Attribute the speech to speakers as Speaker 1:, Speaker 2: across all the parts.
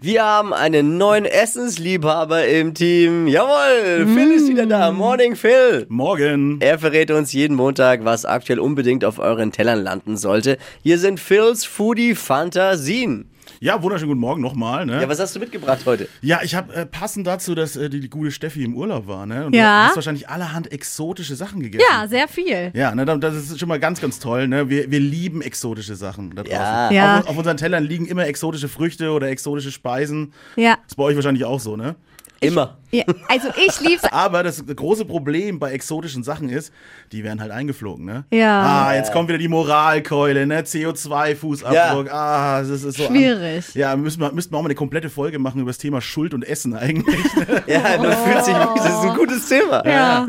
Speaker 1: Wir haben einen neuen Essensliebhaber im Team. Jawohl, Phil ist wieder da.
Speaker 2: Mm.
Speaker 1: Morning, Phil.
Speaker 3: Morgen.
Speaker 1: Er verrät uns jeden Montag, was aktuell unbedingt auf euren Tellern landen sollte. Hier sind Phils Foodie Fantasien.
Speaker 3: Ja, wunderschönen guten Morgen nochmal. Ne?
Speaker 1: Ja, was hast du mitgebracht heute?
Speaker 3: Ja, ich habe äh, passend dazu, dass äh, die, die gute Steffi im Urlaub war, ne? Und
Speaker 2: Ja.
Speaker 3: du hast wahrscheinlich allerhand exotische Sachen gegessen.
Speaker 2: Ja, sehr viel.
Speaker 3: Ja, ne, da- das ist schon mal ganz, ganz toll. Ne? Wir, wir lieben exotische Sachen da draußen.
Speaker 1: Ja.
Speaker 2: Ja.
Speaker 3: Auf, auf unseren Tellern liegen immer exotische Früchte oder exotische Speisen.
Speaker 2: Ja.
Speaker 3: Ist bei euch wahrscheinlich auch so, ne?
Speaker 1: Immer.
Speaker 2: ja. Also ich lieb's.
Speaker 3: Aber das große Problem bei exotischen Sachen ist, die werden halt eingeflogen, ne?
Speaker 2: Ja.
Speaker 3: Ah, jetzt kommt wieder die Moralkeule, ne? CO2-Fußabdruck. Ah, das ist so. an-
Speaker 2: Schwierig.
Speaker 3: Ja, müssen wir, müssten wir auch mal eine komplette Folge machen über das Thema Schuld und Essen eigentlich. ne?
Speaker 1: Ja, man fühlt sich wirklich, das ist ein gutes Thema.
Speaker 2: Oh. Ja.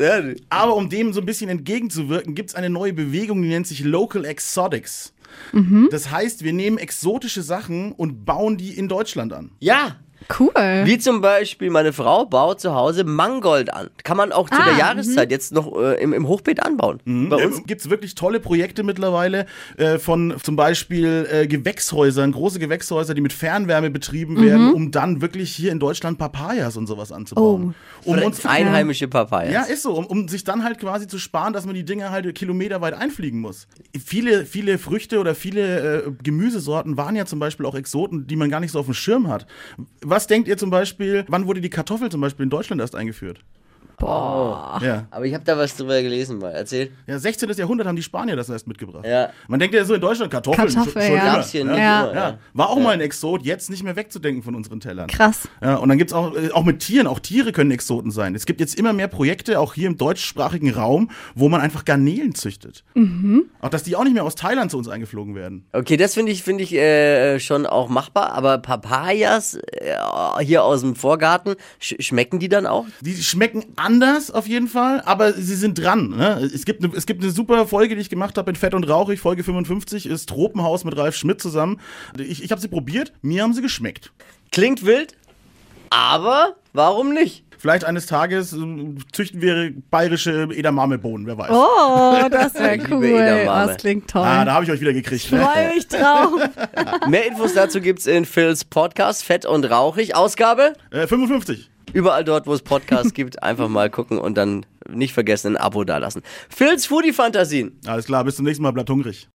Speaker 3: Aber um dem so ein bisschen entgegenzuwirken, gibt's eine neue Bewegung, die nennt sich Local Exotics.
Speaker 2: Mhm.
Speaker 3: Das heißt, wir nehmen exotische Sachen und bauen die in Deutschland an.
Speaker 1: ja.
Speaker 2: Cool.
Speaker 1: Wie zum Beispiel, meine Frau baut zu Hause Mangold an. Kann man auch zu
Speaker 2: Ah, Mhm.
Speaker 1: der Jahreszeit jetzt noch äh, im, im Hochbeet anbauen. Bei uns
Speaker 3: Ähm, gibt's wirklich tolle Projekte mittlerweile äh, von zum Beispiel äh, Gewächshäusern, große Gewächshäuser, die mit Fernwärme betrieben werden, um dann wirklich hier in Deutschland Papayas und sowas anzubauen. Um
Speaker 1: Fre-
Speaker 3: uns
Speaker 1: einheimische Papayas.
Speaker 3: Ja, ist so, um, um sich dann halt quasi zu sparen, dass man die Dinger halt kilometerweit einfliegen muss. Viele, viele Früchte oder viele äh, Gemüsesorten waren ja zum Beispiel auch Exoten, die man gar nicht so auf dem Schirm hat. Was denkt ihr zum Beispiel, wann wurde die Kartoffel zum Beispiel in Deutschland erst eingeführt? Boah. Ja.
Speaker 1: Oh. Aber ich habe da was drüber gelesen mal. Erzähl.
Speaker 3: ja, 16. Jahrhundert haben die Spanier das erst mitgebracht.
Speaker 1: Ja.
Speaker 3: Man denkt ja so in Deutschland Kartoffeln.
Speaker 2: Kartoffel,
Speaker 3: schon- schon
Speaker 2: ja.
Speaker 3: immer,
Speaker 1: Gab's hier
Speaker 3: ne?
Speaker 1: nicht
Speaker 2: Ja.
Speaker 1: immer,
Speaker 3: Ja, war auch mal ein Exot, jetzt nicht mehr wegzudenken von unseren Tellern.
Speaker 2: Krass.
Speaker 3: Ja, und dann gibt's auch, äh, auch mit Tieren, auch Tiere können Exoten sein. Es gibt jetzt immer mehr Projekte, auch hier im deutschsprachigen Raum, wo man einfach Garnelen züchtet. Auch dass die auch nicht mehr aus Thailand zu uns eingeflogen werden.
Speaker 1: Okay, das finde ich, finde ich äh, schon auch machbar, aber Papayas äh, hier aus dem Vorgarten, sch schmecken die dann auch?
Speaker 3: Die schmecken anders auf jeden Fall, aber sie sind dran. Ne? Es, gibt eine, es gibt eine super Folge, die ich gemacht habe in Fett und Rauchig, Folge 55, ist Tropenhaus mit Ralf Schmidt zusammen. Ich, ich habe sie probiert, mir haben sie geschmeckt.
Speaker 1: Klingt wild, aber warum nicht?
Speaker 3: Vielleicht eines Tages äh, züchten wir bayerische Edamamebohnen, wer weiß.
Speaker 2: Oh, das wäre
Speaker 1: Liebe
Speaker 2: cool. Oh,
Speaker 1: Edamame.
Speaker 2: das klingt toll.
Speaker 3: Ah, da habe ich euch wieder gekriegt. Ne?
Speaker 2: Freue mich drauf.
Speaker 1: Mehr Infos dazu gibt's in Phils Podcast, Fett und Rauchig. Ausgabe?
Speaker 3: Äh, 55.
Speaker 1: Überall dort, wo es Podcasts gibt, einfach mal gucken und dann nicht vergessen, ein Abo dalassen. Phils Foodie-Fantasien.
Speaker 3: Alles klar, bis zum nächsten Mal, bleibt hungrig.